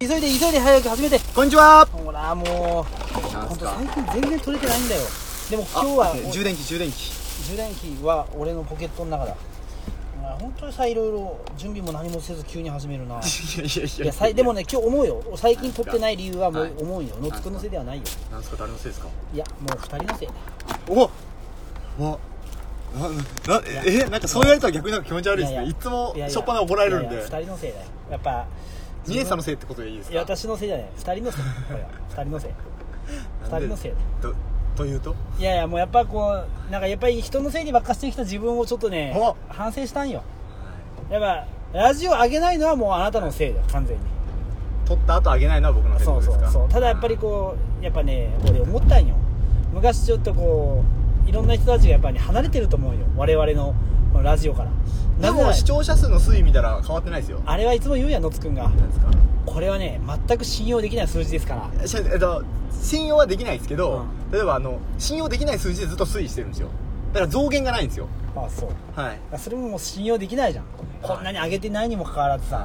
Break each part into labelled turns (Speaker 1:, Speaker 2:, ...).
Speaker 1: 急いで急いで早く始めて
Speaker 2: こんにちは
Speaker 1: ほらもう
Speaker 2: な
Speaker 1: ほ
Speaker 2: んす
Speaker 1: んと
Speaker 2: か
Speaker 1: 最近全然取れてないんだよでも今
Speaker 2: あ
Speaker 1: 日は
Speaker 2: 待って充電器充電器
Speaker 1: 充電器は俺のポケットの中だほら本当にさいろいろ準備も何もせず急に始めるな
Speaker 2: いやいやい
Speaker 1: いやさいでもね今日思うよ最近取ってない理由はも
Speaker 2: は
Speaker 1: う
Speaker 2: い
Speaker 1: 思うよのつくんのせいではないよ
Speaker 2: なんすか誰のせいですか
Speaker 1: いやもう2人のせいだ
Speaker 2: おおななえなんかそう言われたら逆になんか気持ち悪いですね
Speaker 1: いやいや
Speaker 2: いつも
Speaker 1: いやいや
Speaker 2: しょっぱな怒られるん
Speaker 1: いや
Speaker 2: で
Speaker 1: いや二人のせいだよやっぱ
Speaker 2: ニエさんのせいってことでいいです
Speaker 1: いや
Speaker 2: か
Speaker 1: 私のせいじゃない二人のせいこれは二人のせい
Speaker 2: なん
Speaker 1: 二
Speaker 2: で
Speaker 1: 人のせい
Speaker 2: とというと
Speaker 1: いやいやもうやっぱこうなんかやっぱり人のせいにばっかしてきた自分をちょっとね
Speaker 2: お
Speaker 1: 反省したんよやっぱラジオ上げないのはもうあなたのせいだよ完全に
Speaker 2: 取った後あげないのは僕のせいって
Speaker 1: そ
Speaker 2: こ
Speaker 1: うそ
Speaker 2: とです
Speaker 1: う
Speaker 2: か
Speaker 1: そうただやっぱりこうやっぱね俺思ったんよ昔ちょっとこういろんな人たちがやっぱり、離れてると思うよ我々のこのラジオから
Speaker 2: で
Speaker 1: なぜな
Speaker 2: も
Speaker 1: ら
Speaker 2: 視聴者数の推移見たら変わってないですよ
Speaker 1: あれはいつも言うやんのつくんが
Speaker 2: なんですか
Speaker 1: これはね全く信用できない数字ですから
Speaker 2: しえっと、信用はできないですけど、
Speaker 1: うん
Speaker 2: 例えばあの信用できない数字でずっと推移してるんですよだから増減がないんですよ
Speaker 1: あそう
Speaker 2: はい
Speaker 1: それももう信用できないじゃんこんなに上げてないにもかかわらずさ、
Speaker 2: はい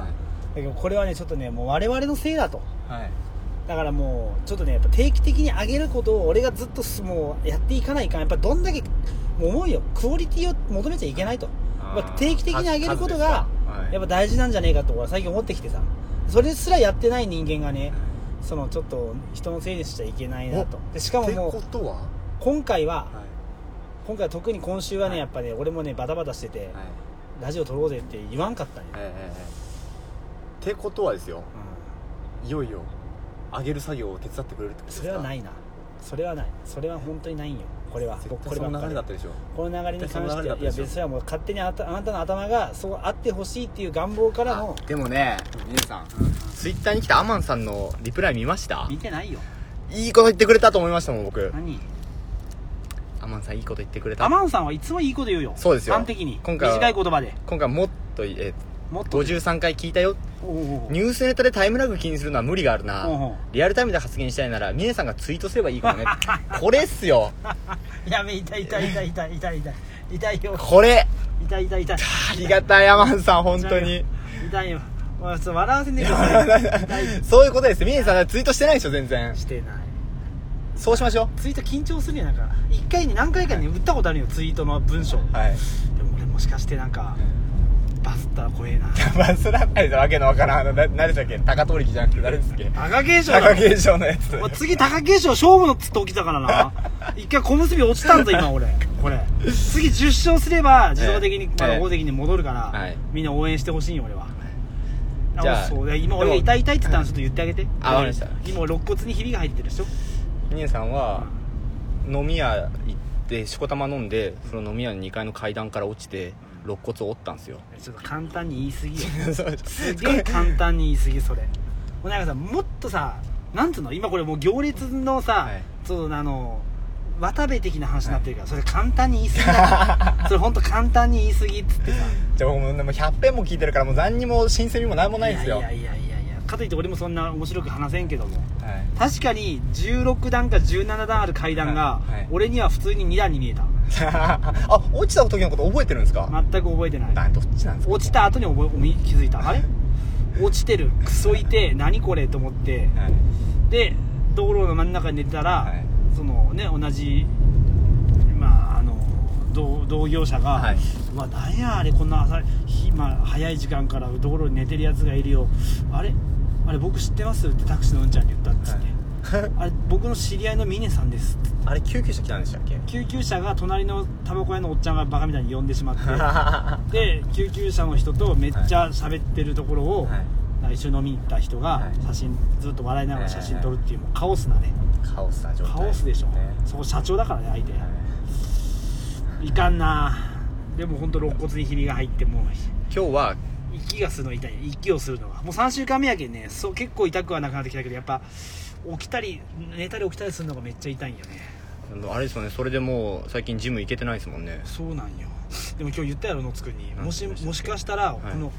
Speaker 1: だけどこれはねちょっとねもう我々のせいだと
Speaker 2: はい
Speaker 1: だからもうちょっとねやっぱ定期的に上げることを俺がずっとすもうやっていかないかんやっぱどんだけもう思うよクオリティを求めちゃいけないと
Speaker 2: あー
Speaker 1: やっぱ定期的に上げることが
Speaker 2: 数ですかはい
Speaker 1: やっぱ大事なんじゃねえかと俺は最近思ってきてさそれすらやってない人間がねそのちょっと人のせいにしちゃいけないなと
Speaker 2: お
Speaker 1: でしかもも
Speaker 2: って
Speaker 1: う
Speaker 2: ことは、は
Speaker 1: 今回はい今回は特に今週はね、
Speaker 2: はい
Speaker 1: やっぱね俺もねバタバタしてて、
Speaker 2: はい
Speaker 1: ラジオ撮ろうぜって言わんかったんや、
Speaker 2: えーってことはですよいよいよ上げる作業を手伝ってくれるってことです
Speaker 1: そ
Speaker 2: か
Speaker 1: れはないいなそれはないそれは本当にないんよこれは
Speaker 2: 絶
Speaker 1: 僕これ
Speaker 2: 対そ
Speaker 1: ばっ
Speaker 2: の
Speaker 1: か
Speaker 2: 流
Speaker 1: り
Speaker 2: れだったでしょ
Speaker 1: この流れに関して
Speaker 2: 絶対その流れ
Speaker 1: は
Speaker 2: だっ
Speaker 1: い
Speaker 2: た
Speaker 1: や
Speaker 2: でしょ
Speaker 1: 別にはもう勝手にあたあなたの頭がそうあってほしいっていう願望からの
Speaker 2: あでもね皆さんツイッターに来たアマンさんのリプライ見ました
Speaker 1: てないよ
Speaker 2: いいこと言ってくれたと思いましたもん僕
Speaker 1: 何
Speaker 2: アマンさんいいこと言ってくれた
Speaker 1: アマンさんはいつもいいこと言うよ
Speaker 2: そうですよ
Speaker 1: 端的に
Speaker 2: 今回は
Speaker 1: 短い言葉で
Speaker 2: 今回もっとえー
Speaker 1: もっと
Speaker 2: 53回聞いたよ
Speaker 1: おうおうおう
Speaker 2: ニュースネタでタイムラグ気にするのは無理があるな
Speaker 1: うんうん
Speaker 2: リアルタイムで発言したいならミネさんがツイートすればいいからねこれっすよ
Speaker 1: やべ痛い痛い痛い痛い痛い痛い痛いよ
Speaker 2: これ
Speaker 1: 痛い痛い痛い
Speaker 2: ありがたいアマンさん本当に
Speaker 1: 痛いよまあちょっと笑わせねえけど痛い
Speaker 2: そういうことですミネさんツイートしてないでしょ全然
Speaker 1: してない
Speaker 2: そうしましょ
Speaker 1: ツイート緊張するよなんか1回に何回かに打ったことあるよツイートの文章で
Speaker 2: うはい
Speaker 1: も俺もしかしてなんかバズったら怖えな
Speaker 2: バスラッイズわけのわからんあのな何でしたっけ高取力じゃなくて誰ですっけ
Speaker 1: 貴景勝
Speaker 2: 貴
Speaker 1: だろ
Speaker 2: 景勝のやつ
Speaker 1: お前次貴景勝勝負の時だからな一回小結び落ちたんぞ今俺これ次10勝すれば自動的に
Speaker 2: ええ
Speaker 1: まだ大関に戻るから、
Speaker 2: はい
Speaker 1: みんな応援してほしいよ俺は
Speaker 2: じゃあ
Speaker 1: あそうだ今俺が
Speaker 2: でも
Speaker 1: 痛い痛いって言ったのちょっと言ってあげて
Speaker 2: あわかりました
Speaker 1: 今俺肋骨にひびが入ってるでしょ
Speaker 2: ミネさんは飲み屋行ってしこたま飲んでその飲み屋の2階の階段から落ちて肋骨を折ったんですよ
Speaker 1: ちょっと簡単に言い過ぎよ
Speaker 2: そう
Speaker 1: すげえ簡単に言い過ぎそれもうなんかさもっとさなんつうの今これもう行列のさ、
Speaker 2: はい
Speaker 1: ちょっとあの渡部的な話になってるから、それ簡単に言い過ぎだ よそれ本当簡単に言い過ぎっつってさ
Speaker 2: じゃあもうでも100遍も聞いてるからもう何にも新鮮味も何もないんですよ
Speaker 1: いやいやいやいやかといって俺もそんな面白く話せんけども
Speaker 2: はい
Speaker 1: 確かに16段か17段ある階段が、
Speaker 2: はいはい
Speaker 1: 俺には普通に2段に見えた
Speaker 2: あ落ちた時のこと覚えてるんですか、
Speaker 1: 全く覚えてない
Speaker 2: あどっちなんですか
Speaker 1: 落ちた後に覚え思い気づいたあれ落ちてるクソいて何これと思って
Speaker 2: はい
Speaker 1: で道路の真ん中に寝てたら、
Speaker 2: はい
Speaker 1: そのね同じまああの同同業者が、
Speaker 2: はいう
Speaker 1: わなんやあれこんな朝ひ、まあ、早い時間から道路に寝てるやつがいるよあれあれ僕知ってますってタクシーのうんちゃんに言ったっつって、あれ僕の知り合いの峰さんですっつって
Speaker 2: あれ救急車来たんでした っけ
Speaker 1: 救急車が隣のタバコ屋のおっちゃんがバカみたいに呼んでしまって
Speaker 2: は
Speaker 1: で救急車の人とめっちゃ喋ってるところを、なんか一緒に飲みに行った人が
Speaker 2: はい
Speaker 1: 写真ずっと笑いながら写真撮るっていうもうカオスなね
Speaker 2: いカオスな状態
Speaker 1: カオスでしょ、
Speaker 2: ね
Speaker 1: そこ社長だからね相手、
Speaker 2: はい
Speaker 1: い、かんなでも本当肋骨にひびが入ってもう
Speaker 2: 今日は
Speaker 1: 息がするの痛い息をするのがもう3週間目やけんねそう結構痛くはなくなってきたけどやっぱ起きたり寝たり起きたりするのがめっちゃ痛いんよね
Speaker 2: あれですよねそれでもう最近ジム行けてないですもんね
Speaker 1: そうなんよでも今日言ったやろのつくんに
Speaker 2: なんて
Speaker 1: もし
Speaker 2: 言いましたっけ
Speaker 1: もしかしたらこ
Speaker 2: はい
Speaker 1: の、ね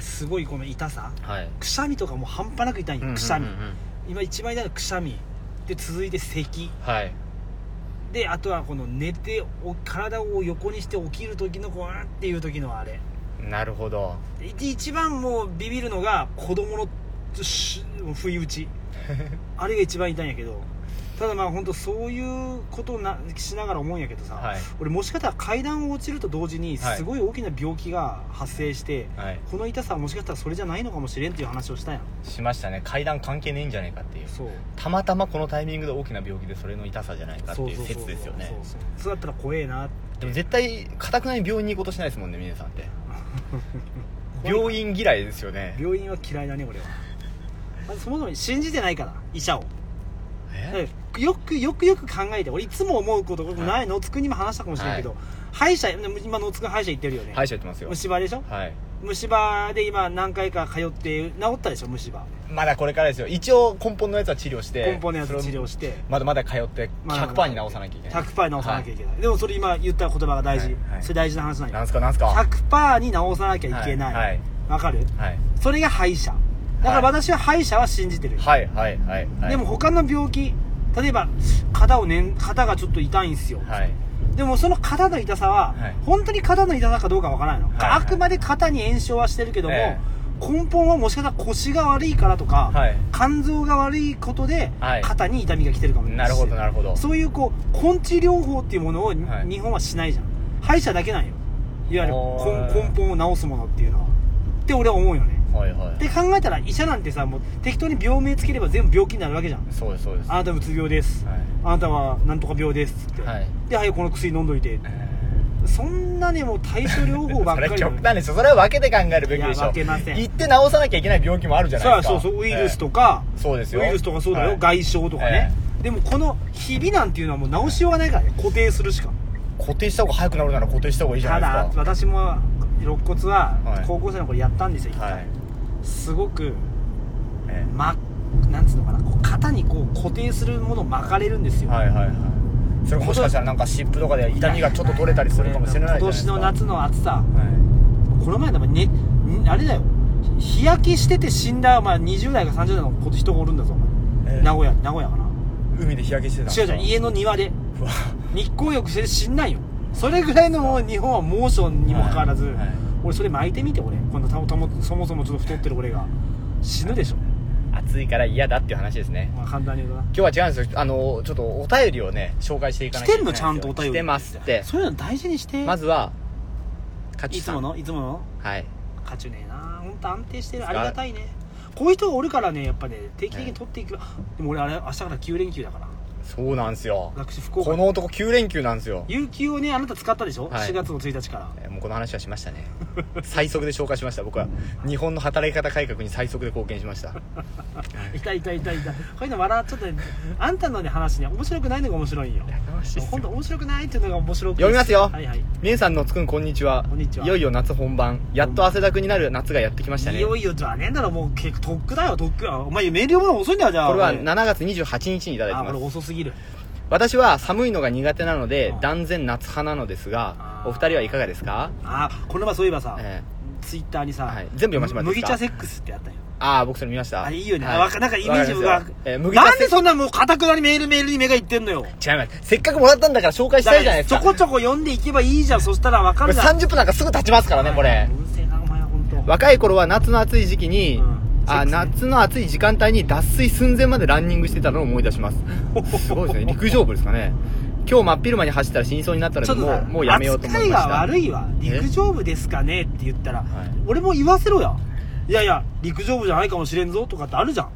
Speaker 1: すごいこの痛さ
Speaker 2: はい
Speaker 1: くしゃみとかもう半端なく痛いんよくしゃみ、
Speaker 2: うんうんうんうん
Speaker 1: 今一番痛いのはくしゃみで続いて咳
Speaker 2: はい
Speaker 1: であとはこの寝てお体を横にして起きる時のこううんっていう時のあれ
Speaker 2: なるほど
Speaker 1: で一番もうビビるのが子供のしもう不意打 ちあれが一番痛いんやけどただまあ本当そういうことをなしながら思うんやけどさ、
Speaker 2: はい
Speaker 1: 俺もしかしたら階段を落ちると同時に
Speaker 2: はい
Speaker 1: すごい大きな病気が発生して、
Speaker 2: はい
Speaker 1: この痛さはもしかしたらそれじゃないのかもしれんっていう話をしたやん
Speaker 2: しましたね階段関係ねえんじゃないかっていう
Speaker 1: そう
Speaker 2: たまたまこのタイミングで大きな病気でそれの痛さじゃないかって
Speaker 1: そう
Speaker 2: いう
Speaker 1: そうそう
Speaker 2: 説ですよね
Speaker 1: そうそうそうだったら怖えな
Speaker 2: でも絶対かたくなに病院に行こうとしないですもんね峰さんって 病院嫌いですよね
Speaker 1: 病院は嫌いだね俺はまずそもそも信じてないから医者を
Speaker 2: え
Speaker 1: よくよくよく考えて俺いつも思うことこれないのつくんにも話したかもしれないけど、歯医者今のつくん歯医者行ってるよね、
Speaker 2: 歯医者行ってますよ
Speaker 1: 虫歯でしょ
Speaker 2: はい
Speaker 1: 虫歯で今何回か通って治ったでしょ虫歯
Speaker 2: まだこれからですよ一応根本のやつは治療して
Speaker 1: 根本のやつ治療
Speaker 2: して
Speaker 1: して
Speaker 2: まだまだ通って
Speaker 1: まあ
Speaker 2: 100%に直さなきゃいけない
Speaker 1: 100%直さなきゃいけない、でもそれ今言った言葉が大事、
Speaker 2: はいはい
Speaker 1: それ大事な話なん
Speaker 2: な
Speaker 1: よ
Speaker 2: んすかなんすか
Speaker 1: 100%に直さなきゃいけないわ、
Speaker 2: はい
Speaker 1: かる
Speaker 2: はい
Speaker 1: それが歯医者だから私は歯医者は信じてる、
Speaker 2: はいはいはいはい
Speaker 1: でも他の病気例えば肩を、ね、肩がちょっと痛いんすよ、
Speaker 2: はい
Speaker 1: でもその肩の痛さは、
Speaker 2: はい
Speaker 1: 本当に肩の痛さかどうかわからないの、
Speaker 2: はいはい
Speaker 1: あくまで肩に炎症はしてるけども、
Speaker 2: え
Speaker 1: 根本はもしかしたら腰が悪いからとか、
Speaker 2: はい
Speaker 1: 肝臓が悪いことで
Speaker 2: はい
Speaker 1: 肩に痛みが来てるかもしれな
Speaker 2: ないる
Speaker 1: し
Speaker 2: ほどなるほど
Speaker 1: そういうこう根治療法っていうものを、に
Speaker 2: はい
Speaker 1: 日本はしないじゃん歯医者だけなんよいわゆる
Speaker 2: おー
Speaker 1: 根根本を治すものっていうのはって俺は思うよね
Speaker 2: はいは
Speaker 1: って考えたら医者なんてさもう適当に病名つければ全部病気になるわけじゃん
Speaker 2: いそうですそうです
Speaker 1: あ
Speaker 2: は
Speaker 1: なたうつ病です、あなたはなんとか病ですっつって、
Speaker 2: いはい
Speaker 1: ではいこの薬飲んどいてそんなねもう対処療法ばっ
Speaker 2: そ
Speaker 1: かり
Speaker 2: れ
Speaker 1: だよ
Speaker 2: 極端でしょそれは分けて考えるべきでし
Speaker 1: いや
Speaker 2: ょ
Speaker 1: 分けません
Speaker 2: 行って治さなきゃいけない病気もあるじゃない
Speaker 1: さ
Speaker 2: で
Speaker 1: あ
Speaker 2: すか
Speaker 1: そうそうウイルスとか、
Speaker 2: ええそうですよ
Speaker 1: ウイルスとかそうだよ、
Speaker 2: はい
Speaker 1: 外傷とかね、でもこのひびなんていうのはもう直しようがないからね固定するしか
Speaker 2: 固定した方が早くなるなら固定した方がいいじ
Speaker 1: た
Speaker 2: ゃない
Speaker 1: だ
Speaker 2: ですか
Speaker 1: 私も肋骨
Speaker 2: は
Speaker 1: はい高校生の頃やったんですよ、一回
Speaker 2: はい
Speaker 1: すごく
Speaker 2: え
Speaker 1: まなんつうのかなこう肩にこう固定するものを巻かれるんです
Speaker 2: え
Speaker 1: よ、
Speaker 2: はいはいはいそれもしかしたらなんか湿布とかで痛みがちょっと取れたりするかもしれ
Speaker 1: 今
Speaker 2: ないじゃないで
Speaker 1: 年
Speaker 2: すか
Speaker 1: の夏の暑さ
Speaker 2: は
Speaker 1: この前だもんねんあれだよ日焼けしてて死んだ、まあ、20代か30代の子人がおるんだぞお前、
Speaker 2: ええ
Speaker 1: 名古屋名古屋かない
Speaker 2: 海で日焼けしてたんです
Speaker 1: 違う
Speaker 2: か
Speaker 1: 違う家の庭で
Speaker 2: うわ
Speaker 1: 日光浴して死んないよそれぐらいのもう日本はモーションにもかかわらず、
Speaker 2: はいはい
Speaker 1: 俺それ巻いてみて俺こんなたもたもそもそもちょっと太ってる俺が死ぬでしょ、
Speaker 2: 暑いから嫌だっていう話ですね
Speaker 1: まあ、簡単に言うとな
Speaker 2: 今日は違うんですよあのちょっとお便りをね紹介していかな
Speaker 1: 来
Speaker 2: きゃい
Speaker 1: て
Speaker 2: け
Speaker 1: ん
Speaker 2: ない
Speaker 1: のちゃんとお便り
Speaker 2: 来てますって
Speaker 1: そういうの大事にして
Speaker 2: まずはカチ
Speaker 1: いつ
Speaker 2: さん
Speaker 1: ものいつもの
Speaker 2: はい
Speaker 1: 勝ちねえな本当安定してる
Speaker 2: 疲
Speaker 1: あ
Speaker 2: れ
Speaker 1: りがたいねこういう人がおるからねやっぱね定期的に取っていく、でも俺あれ明日から9連休だから
Speaker 2: そうなんですよ
Speaker 1: 私福岡
Speaker 2: この男9連休なんですよ
Speaker 1: 有給をねあなた使ったでしょ、
Speaker 2: はい
Speaker 1: 4月の1日から
Speaker 2: えーもうこの話はしましたね最速で紹介しました僕は日本の働き方改革に最速で貢献しました
Speaker 1: 痛い痛い痛い痛いこういうの笑っちゃったねあんたのね話ね面白くないのが面白いんよ本当面白くないっていうのが面白く
Speaker 2: 読みますよ
Speaker 1: はいはい
Speaker 2: みえさんのつくんこんにちは
Speaker 1: こんにちはい
Speaker 2: よいよ夏本番やっと汗だくになる夏がやってきました
Speaker 1: い
Speaker 2: ね
Speaker 1: よいよじゃねえんだろもう結構とっくだよとっくあお前メール読むの遅いんだよじゃあ
Speaker 2: これは
Speaker 1: 俺
Speaker 2: 7月28日にいただいて
Speaker 1: あこ
Speaker 2: ま
Speaker 1: れ
Speaker 2: す
Speaker 1: 遅すぎる
Speaker 2: 私は寒いのが苦手なので
Speaker 1: うん
Speaker 2: 断然夏派なのですが
Speaker 1: あー
Speaker 2: お二人はいかがですか
Speaker 1: あこの前そういえばさ、
Speaker 2: ええ
Speaker 1: ツイッターにさ、
Speaker 2: はい全部読ませてもらって
Speaker 1: 麦
Speaker 2: いいです
Speaker 1: 茶
Speaker 2: か
Speaker 1: セックスってあったよ
Speaker 2: ああ僕それ見ました
Speaker 1: あれいいよね、
Speaker 2: は
Speaker 1: あわかなんかイメージ
Speaker 2: わ
Speaker 1: が
Speaker 2: かりますよえー麦茶
Speaker 1: なん
Speaker 2: せ
Speaker 1: でそんなもうかたくなにメールメールに目がいってんのよ
Speaker 2: 違いますせっかくもらったんだから紹介したいじゃないです
Speaker 1: ちょ
Speaker 2: か
Speaker 1: こちょこ読んでいけばいいじゃんそしたらわか
Speaker 2: こ
Speaker 1: る
Speaker 2: れ
Speaker 1: じゃん
Speaker 2: 30分なんかすぐ経ちますからねこれ
Speaker 1: うるせえなお前は本当。
Speaker 2: 若い頃は夏の暑い時期に、
Speaker 1: うんそ
Speaker 2: あ
Speaker 1: うですね
Speaker 2: 夏の暑い時間帯に脱水寸前までランニングしてたのを思い出 しますすごいですね陸上部ですかね今日真っ昼間に走ったら死にそうになったの
Speaker 1: ちょ
Speaker 2: で
Speaker 1: っと
Speaker 2: も
Speaker 1: さ
Speaker 2: うもうやめようと思
Speaker 1: 扱
Speaker 2: いま
Speaker 1: いが
Speaker 2: した
Speaker 1: 悪いわ陸上部ですかねって言ったら、
Speaker 2: はい
Speaker 1: 俺も言わせろやいやいや陸上部じゃないかもしれんぞとかってあるじゃん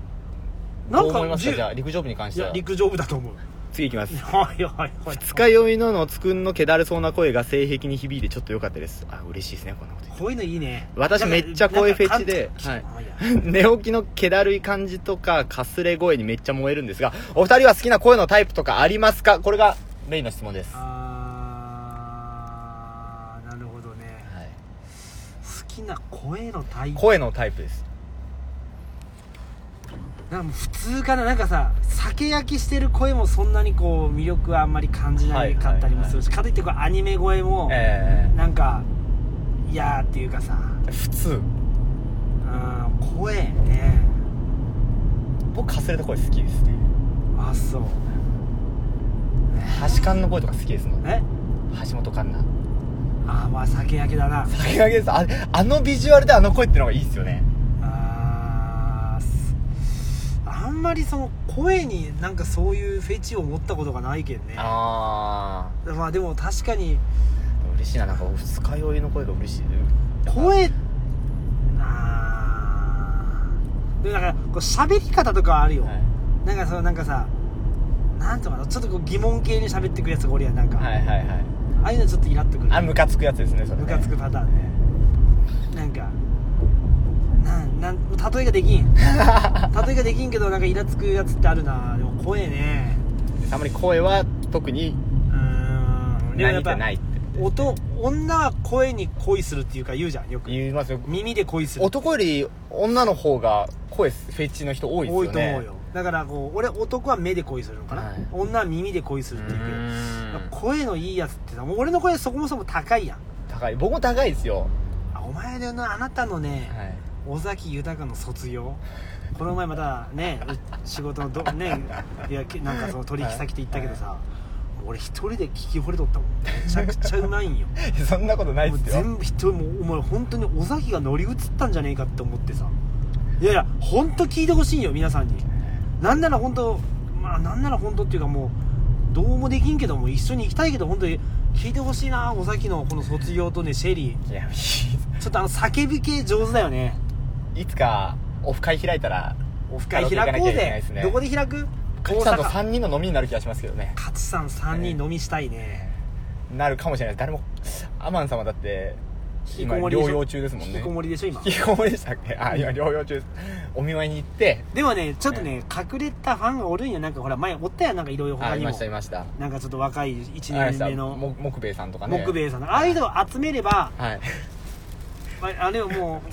Speaker 2: どう思います
Speaker 1: じゅ
Speaker 2: かじゃあ陸上部に関
Speaker 1: い
Speaker 2: して
Speaker 1: や
Speaker 2: は
Speaker 1: 陸上部だと思う
Speaker 2: 次いきます
Speaker 1: はいはいはい
Speaker 2: 二日酔いののつくんのけだるそうな声が性癖に響いてちょっと良かったですあ嬉しいですねこんなこと言って
Speaker 1: こういうのいいね
Speaker 2: 私めっちゃ声フェチで
Speaker 1: なんか
Speaker 2: は
Speaker 1: なんかかん
Speaker 2: 寝起きの気だるい感じとか、かすれ声にめっちゃ燃えるんですが、お二人は好きな声のタイプとかありますかこれがメインの質問です。は
Speaker 1: あーなるほどね
Speaker 2: い、
Speaker 1: 好きな声のタイプ
Speaker 2: 声のタイプです。
Speaker 1: なんかもう普通かななんかさ酒焼きしてる声もそんなにこう魅力はあんまり感じなかったりもするし、かといってこうアニメ声も、
Speaker 2: え
Speaker 1: なんかいやーっていうかさ
Speaker 2: ー、普通。
Speaker 1: うん怖えね
Speaker 2: 僕、かすれた声好きですね。
Speaker 1: あそう
Speaker 2: 橋勘の声とか好きですもんね。
Speaker 1: え
Speaker 2: 橋本環奈。
Speaker 1: あーまあ酒焼けだな
Speaker 2: 酒揚げです。ああのビジュアルであの声ってのがいいっすよね。
Speaker 1: あーすあんまりその声になんかそういうフェチを持ったことがないけんね
Speaker 2: あ
Speaker 1: まあでも確かに
Speaker 2: あ嬉しいななんか二日酔いの声が嬉しい
Speaker 1: 声あーでもなんかこう喋り方とかはあるよ、
Speaker 2: はい
Speaker 1: なんかそのなんかさなんとかなちょっとこう疑問系に喋ってくるやつがおるやんなんか、
Speaker 2: はいはいはい
Speaker 1: ああいうのちょっとイラっとくる
Speaker 2: あムカつくやつですねそれね
Speaker 1: ムカつくパターンねなんかなんなん例えがで きん例えができんけどなんかイラつくやつってあるなでも声ね
Speaker 2: あまり声は特に
Speaker 1: うーんでもやっ
Speaker 2: 何って
Speaker 1: ぱ
Speaker 2: ないって
Speaker 1: 音女は声に恋するっていうか言うじゃんよく
Speaker 2: 言いますよ
Speaker 1: 耳で恋する
Speaker 2: 男より女の方が声フェチの人多いですよ
Speaker 1: 多い
Speaker 2: ね
Speaker 1: と思うよだからこう俺男は目で恋するのかな、
Speaker 2: はい
Speaker 1: 女は耳で恋す
Speaker 2: う
Speaker 1: るっていうけど
Speaker 2: ーん
Speaker 1: 声のいいやつってさもう俺の声そこもそも高いやん
Speaker 2: 高い僕も高いですよ
Speaker 1: あお前のあなたのね、
Speaker 2: はい
Speaker 1: 尾崎豊の卒業この前また ねう仕事のどねいやけなんかその取引先って言ったけどさ、俺一人で聞き惚れとったもんめちゃくちゃうまいんよ
Speaker 2: そんなことない
Speaker 1: もう
Speaker 2: ですよ
Speaker 1: 全部一人もうお前本当に尾崎が乗り移ったんじゃねえかって思ってさいやいや本当聞いてほしいんよ皆さんになんなら本当まあなんなら本当っていうかもうどうもできんけども一緒に行きたいけど本当に聞いてほしいな尾崎のこの卒業とねシェリ
Speaker 2: いや
Speaker 1: ーちょっとあの叫び系上手だよね
Speaker 2: いつかオフ会開いたら
Speaker 1: オフ会開こうぜ、
Speaker 2: ね
Speaker 1: どこで開く
Speaker 2: 勝さんと3人の飲みになる気がしますけどね
Speaker 1: 勝さん3人飲みしたいね
Speaker 2: なるかもしれない誰もアマン様だって
Speaker 1: 引き
Speaker 2: 今
Speaker 1: こもりでしょ
Speaker 2: 療養中ですもん
Speaker 1: 引
Speaker 2: ね
Speaker 1: きこもりでしょ今
Speaker 2: 引きこもりでしたっけあ今療養中ですお見舞いに行って
Speaker 1: でもねちょっとね隠れたファンがおるんよなんかほら前おったやんなんかいろいろ
Speaker 2: あ
Speaker 1: 他
Speaker 2: い
Speaker 1: に
Speaker 2: ま
Speaker 1: も
Speaker 2: したいました
Speaker 1: なんかちょっと若い
Speaker 2: あいま
Speaker 1: 1
Speaker 2: し
Speaker 1: 年
Speaker 2: た
Speaker 1: 目の
Speaker 2: も木兵衛さんとかね
Speaker 1: 木兵衛さんのああいうのを集めれば
Speaker 2: はい
Speaker 1: まああれはもう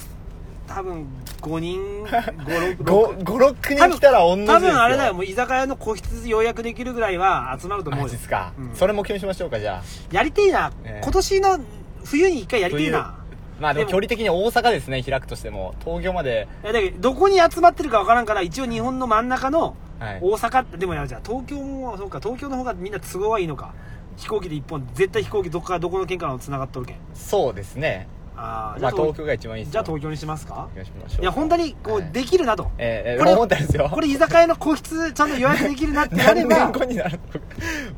Speaker 1: 多分5人56
Speaker 2: 56人来たら同じですよ
Speaker 1: 多分あれだよもう居酒屋の個室予約できるぐらいは集まると思
Speaker 2: マ
Speaker 1: う
Speaker 2: ジ
Speaker 1: よ
Speaker 2: っすか、
Speaker 1: うん
Speaker 2: それも共有しましょうかじゃあ
Speaker 1: やりてえな、
Speaker 2: ね
Speaker 1: 今年の冬に一回やりてえな
Speaker 2: まあで
Speaker 1: で
Speaker 2: も
Speaker 1: も
Speaker 2: 距離的に大阪ですね開くとしても東京まで
Speaker 1: いやだけどどこに集まってるかわからんから一応日本の真ん中の
Speaker 2: はい
Speaker 1: 大阪って、でもやじゃあ東京もそうか東京の方がみんな都合はいいのか飛行機で一本絶対飛行機どっからどこの県からもつながっとるけん
Speaker 2: そうですね
Speaker 1: ああじ
Speaker 2: ま
Speaker 1: ゃ
Speaker 2: あ
Speaker 1: あ
Speaker 2: 東京が一番いいです
Speaker 1: じゃあ東京にしますか
Speaker 2: 京しましょう
Speaker 1: いや本当にこ
Speaker 2: は
Speaker 1: う
Speaker 2: い
Speaker 1: できるなと、
Speaker 2: えーえー
Speaker 1: これ
Speaker 2: 思ったんですよ
Speaker 1: これ居酒屋の個室ちゃんと予約できるなってなれ
Speaker 2: 何
Speaker 1: ば
Speaker 2: 年後になるの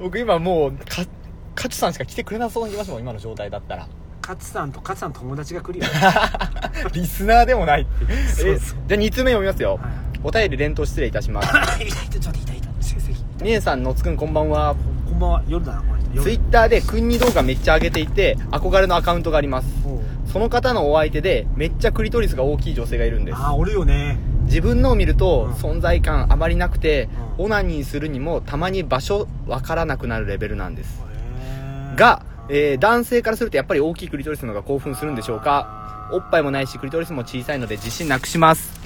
Speaker 2: 僕今もうかカチさんしか来てくれなそうにいますもん今の状態だったら
Speaker 1: 勝さんと勝さんの友達が来るよ
Speaker 2: リスナーでもないっていうえ
Speaker 1: そうそう
Speaker 2: じゃあ2通目読みますよ、
Speaker 1: はい
Speaker 2: お便り連投失礼いたします
Speaker 1: 痛い痛いちょっと痛い痛い成績
Speaker 2: みえさんのつくんこんばんは
Speaker 1: こんばんは夜だなこの人夜
Speaker 2: ツイッターでくんに動画めっちゃ上げていて憧れのアカウントがあります
Speaker 1: おう
Speaker 2: その方のお相手でめっちゃクリトリスが大きい女性がいるんです
Speaker 1: ああおるよね
Speaker 2: 自分のを見ると
Speaker 1: うん
Speaker 2: 存在感あまりなくて、
Speaker 1: うん
Speaker 2: オナニーするにもたまに場所わからなくなるレベルなんです、
Speaker 1: へえ
Speaker 2: が、えー男性からするとやっぱり大きいクリトリスの方が興奮するんでしょうか
Speaker 1: あー
Speaker 2: おっぱいもないしクリトリスも小さいので自信なくします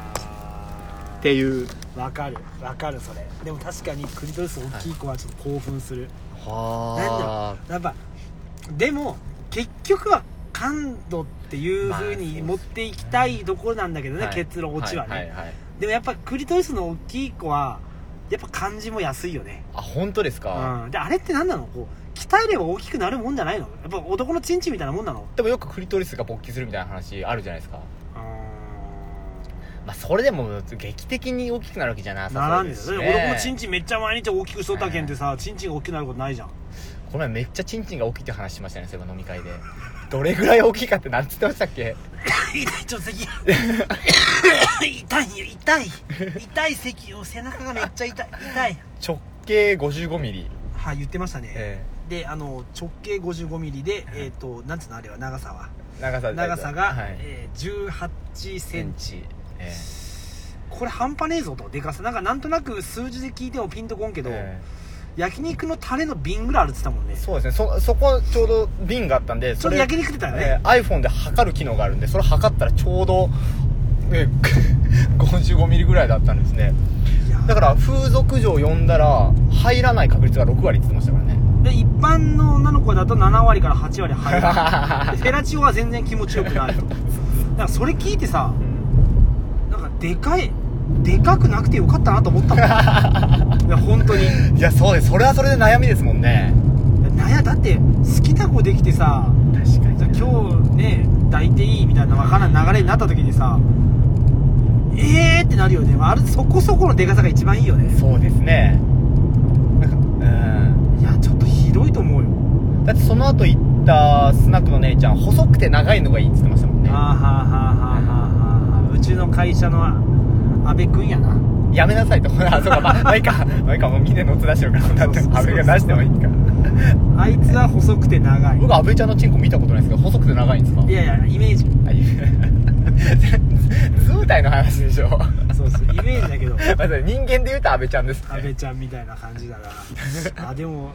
Speaker 1: あ
Speaker 2: っていう
Speaker 1: ーわかるわかるそれでも確かにクリトリス大きい子はちょっと興奮する、なんだろ
Speaker 2: は
Speaker 1: うやっぱでも結局は感度っていうふうに持っていきたいところなんだけどね、結論落ちはね、
Speaker 2: はいはいい
Speaker 1: でもやっぱクリトリスの大きい子はやっぱ感じも安いよね
Speaker 2: あ本当ですか、
Speaker 1: うんであれって何なのこう鍛えれば大きくなるもんじゃないのやっぱ男のチンチンみたいなもんなの
Speaker 2: でもよくクリトリスが勃起するみたいな話あるじゃないですか
Speaker 1: うー
Speaker 2: まあそれでも劇的に大きくなるわけじゃなんさ
Speaker 1: なら
Speaker 2: そうんで
Speaker 1: です
Speaker 2: す
Speaker 1: よ、
Speaker 2: ね
Speaker 1: ね、男のチンチンめっちゃ毎日大きくしとったけんってさ、チンチンが大きくなることないじゃん
Speaker 2: この前めっちゃチンチンが大きいって話しましたねそういえば飲み会でどれぐらい大きいかって何つってましたっけ
Speaker 1: 痛いちょっと咳痛いよ痛い痛い咳を背中がめっちゃ痛い痛い
Speaker 2: 直径5 5ミリ
Speaker 1: はい言ってましたね、
Speaker 2: え
Speaker 1: であの直径5 5ミリで、えっ、となんつうのあれは長さは
Speaker 2: え長さ
Speaker 1: 長さが、
Speaker 2: はい
Speaker 1: えー18セ
Speaker 2: セ
Speaker 1: ン
Speaker 2: ン
Speaker 1: チ
Speaker 2: チ、え
Speaker 1: これ半端ねえぞとでかさなんかなんとなく数字で聞いてもピンとこんけ
Speaker 2: え
Speaker 1: ど、
Speaker 2: え
Speaker 1: 焼肉のタレの瓶ぐらいあるって言ってたもんね
Speaker 2: えそうですねそそこちょうど瓶があったんで
Speaker 1: それ焼き肉食ってたよね、
Speaker 2: ええ iPhone で測る機能があるんでそれ測ったらちょうど、え え55ミリぐらいだったんですね
Speaker 1: いや
Speaker 2: だから風俗嬢呼んだら入らない確率が6割って言ってましたからね
Speaker 1: で一般の女の子だと7割から8割入る でフェラチオは全然気持ちよくないとだからそれ聞いてさなんかでかいでかくなくてよかったなと思ったも んいや本当にい
Speaker 2: いやそうですそれはそれで悩みですもんね
Speaker 1: やなんやだって好きな子できてさ
Speaker 2: 確かに
Speaker 1: じゃあ今日ね抱いていいみたいなわからん流れになった時にさええーってなるよね、まあ、あれそこそこのでかさが一番いいよね
Speaker 2: そうですねなんか
Speaker 1: いやちょっとひどいと思うよ
Speaker 2: うんだってその後行ったスナックの姉ちゃん細くて長いのがいいって言ってましたもん
Speaker 1: あーはーはーはーは
Speaker 2: ね
Speaker 1: ーはーうちの会社の阿部君やな
Speaker 2: やめなさいと あそうかまあまあいいかまあいいかもうみんなのつ出してるからだっ
Speaker 1: そ
Speaker 2: て
Speaker 1: うそうそう
Speaker 2: 阿部が出してもいいか
Speaker 1: あいつは細くて長い
Speaker 2: 僕阿部ちゃんのチンコ見たことないですけど細くて長いんですか
Speaker 1: いやいやイメージ
Speaker 2: はい 図図体の話でしょ
Speaker 1: そうそうイメージだ けど
Speaker 2: まあそれ人間で言うと阿部ちゃんです
Speaker 1: 阿部ちゃんみたいな感じだからあでも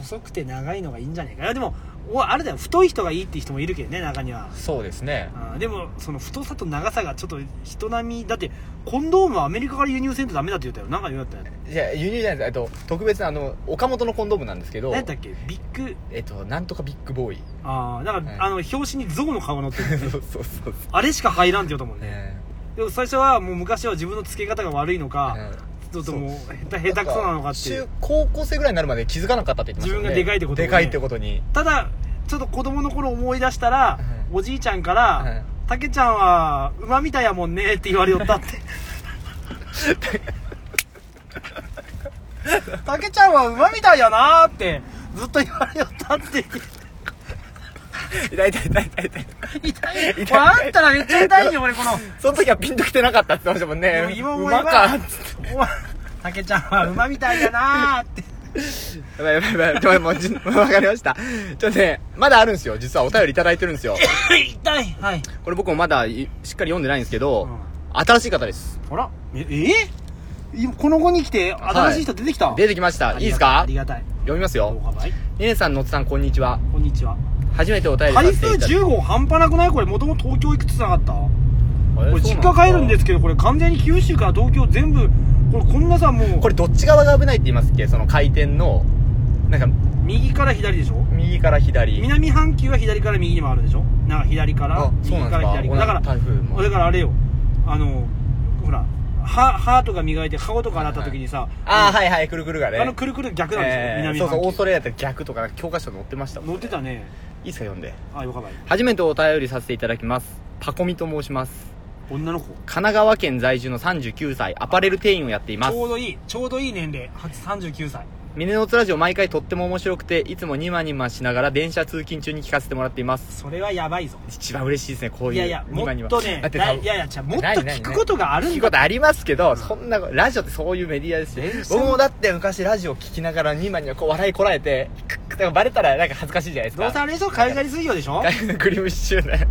Speaker 1: 細くて長いのがいいんじゃないかいやでもおあれだよ太い人がいいって人もいるけどね中には
Speaker 2: そうですね
Speaker 1: あーでもその太さと長さがちょっと人並みだってコンドームはアメリカから輸入せんとダメだって言ったよなんか言うだったよね
Speaker 2: いや輸入じゃないですえっと特別なあの岡本のコンドームなんですけど
Speaker 1: 何やったっけビッグ
Speaker 2: えっとなんとかビッグボーイ
Speaker 1: ああだから、
Speaker 2: はい
Speaker 1: あの表紙に象の顔が載ってる
Speaker 2: そうそうそうそう
Speaker 1: あれしか入らんって言うと思うね
Speaker 2: ね
Speaker 1: でも最初はもう昔は自分の付け方が悪いのか、
Speaker 2: ね
Speaker 1: ちょっともう下手下手くそなのかってい
Speaker 2: 中
Speaker 1: う
Speaker 2: 高校生ぐらいになるまで気づかなかったって言ってましたもんね
Speaker 1: 自分がでかいってことをね
Speaker 2: でかいってことに
Speaker 1: ただちょっと子供の頃思い出したら、
Speaker 2: う
Speaker 1: おじいちゃんから「
Speaker 2: う
Speaker 1: たけ、ちゃんは馬みたいやもんね」って言われよったっ て「たけちゃんは馬みたいやな」ってずっと言われよったって
Speaker 2: 痛い痛い痛い痛い痛い
Speaker 1: 痛い
Speaker 2: 痛い
Speaker 1: これあんたらめっちゃ痛いよ俺こ の
Speaker 2: その時はピンときてなかったって言ってましたもん
Speaker 1: でも
Speaker 2: ね
Speaker 1: 今
Speaker 2: う
Speaker 1: 思え
Speaker 2: まか
Speaker 1: ば
Speaker 2: っつって
Speaker 1: お前「たけちゃんは馬みたいやな」って
Speaker 2: やばいやばいやばいやばいもうじもうわかりましたちょっとねまだあるんですよ実はお便りいただいてるんですよ
Speaker 1: 痛いはい
Speaker 2: これ僕もまだいしっかり読んでないんですけど、
Speaker 1: うん
Speaker 2: 新しい方です
Speaker 1: あらええ今この後に来て新しい人出てきた、
Speaker 2: 出てきました
Speaker 1: あ
Speaker 2: いい
Speaker 1: り
Speaker 2: です
Speaker 1: がた
Speaker 2: か
Speaker 1: ありがたい
Speaker 2: 読みます
Speaker 1: どう
Speaker 2: よ
Speaker 1: かばい
Speaker 2: ねねさんのつさんこんにちは
Speaker 1: こんにちは
Speaker 2: 初めてお便りさ
Speaker 1: 台
Speaker 2: せてい
Speaker 1: 風
Speaker 2: ただ
Speaker 1: 10号半端なくないこれもともと東京いくつなかったこ
Speaker 2: あ
Speaker 1: れ
Speaker 2: れそう
Speaker 1: 実
Speaker 2: な
Speaker 1: 家帰るんですすけどこれ完全に九州から東京全部これこんなさもう
Speaker 2: これどっち側が危ないって言いますっけその回転のなんか
Speaker 1: 右から左でしょ
Speaker 2: 右から左
Speaker 1: 南半球は左から右にもあるでしょなんか左から
Speaker 2: あ
Speaker 1: 右
Speaker 2: そうなん
Speaker 1: から左
Speaker 2: です
Speaker 1: だ
Speaker 2: か
Speaker 1: から
Speaker 2: 同じ台風も
Speaker 1: だからあれよあのほら歯歯とか磨いて顔とか洗った時にさ、
Speaker 2: ああはいはいくるくるがね
Speaker 1: あのくるくる逆なんですよ、
Speaker 2: えー
Speaker 1: 南
Speaker 2: そ
Speaker 1: 半
Speaker 2: う
Speaker 1: 球
Speaker 2: そうオーストラリアって逆とか教科書に載ってましたもん
Speaker 1: 乗ってたね
Speaker 2: いいっすか読んで
Speaker 1: あよかばい
Speaker 2: 初めてお便りさせていただきますパコミと申します
Speaker 1: 女の子
Speaker 2: 神奈川県在住の39歳アパレル店員をやっていま
Speaker 1: ち
Speaker 2: す
Speaker 1: ょうどいいちょうどいい年齢は39歳
Speaker 2: 峰のつラジオ毎回とっても面白くていつもニマニマしながら電車通勤中に聞かせてもらっています
Speaker 1: それはやばいぞ
Speaker 2: 一番嬉しいですねこういう
Speaker 1: い
Speaker 2: い
Speaker 1: やいやも
Speaker 2: ニマ
Speaker 1: っ
Speaker 2: ニマ
Speaker 1: とね
Speaker 2: だって
Speaker 1: な
Speaker 2: さ
Speaker 1: いやいやじゃあもっと
Speaker 2: ないない
Speaker 1: 聞くことがある
Speaker 2: 聞
Speaker 1: ん
Speaker 2: くこ
Speaker 1: だ
Speaker 2: とありますけどそんなラジオってそういうメディアですよ
Speaker 1: 全然
Speaker 2: 僕もだって昔ラジオ聞きながらニマニマこう笑いこらえてクックッだからバレたらなんか恥ずかしいじゃないですか
Speaker 1: どうせあれでしょ海外水魚でしょ
Speaker 2: 外国の クリームシチューね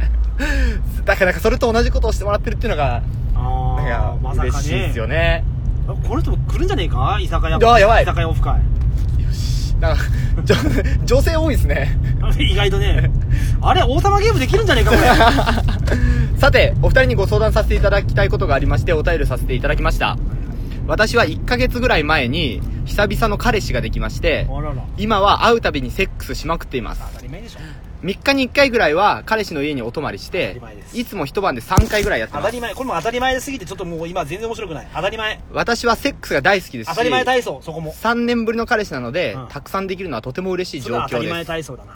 Speaker 2: だからなんかそれと同じことをしてもらってるっていうのがな
Speaker 1: ああ
Speaker 2: ん
Speaker 1: ま
Speaker 2: か
Speaker 1: さ
Speaker 2: 嬉
Speaker 1: か
Speaker 2: しいですよ
Speaker 1: ね
Speaker 2: ね
Speaker 1: あこの人も来るんじゃねえか居酒屋
Speaker 2: いややばい
Speaker 1: 居酒屋オフ会
Speaker 2: よしなんかじょ女 性多いですね
Speaker 1: 意外とねあれ王様ゲームできるんじゃねえかこ れ
Speaker 2: さてお二人にご相談させていただきたいことがありましてお便りさせていただきました私は1ヶ月ぐらい前に久々の彼氏ができまして
Speaker 1: あらら
Speaker 2: 今は会うたびにセックスしまくっています
Speaker 1: 当たり前でしょ
Speaker 2: 3日に1回ぐらいは彼氏の家にお泊まりし
Speaker 1: 当た
Speaker 2: て
Speaker 1: り前です
Speaker 2: いつも一晩で3回ぐらいやって
Speaker 1: 当
Speaker 2: ま
Speaker 1: た
Speaker 2: す
Speaker 1: り前これも当たり前すぎてちょっともう今全然面白くない当たり前
Speaker 2: 私はセックスが大好きです
Speaker 1: 当
Speaker 2: した
Speaker 1: り前体操そこも
Speaker 2: 3年ぶりの彼氏なので、
Speaker 1: うん
Speaker 2: たくさんできるのはとても嬉しい
Speaker 1: そ
Speaker 2: 状
Speaker 1: れは当た
Speaker 2: 況
Speaker 1: り前
Speaker 2: で
Speaker 1: 体操だな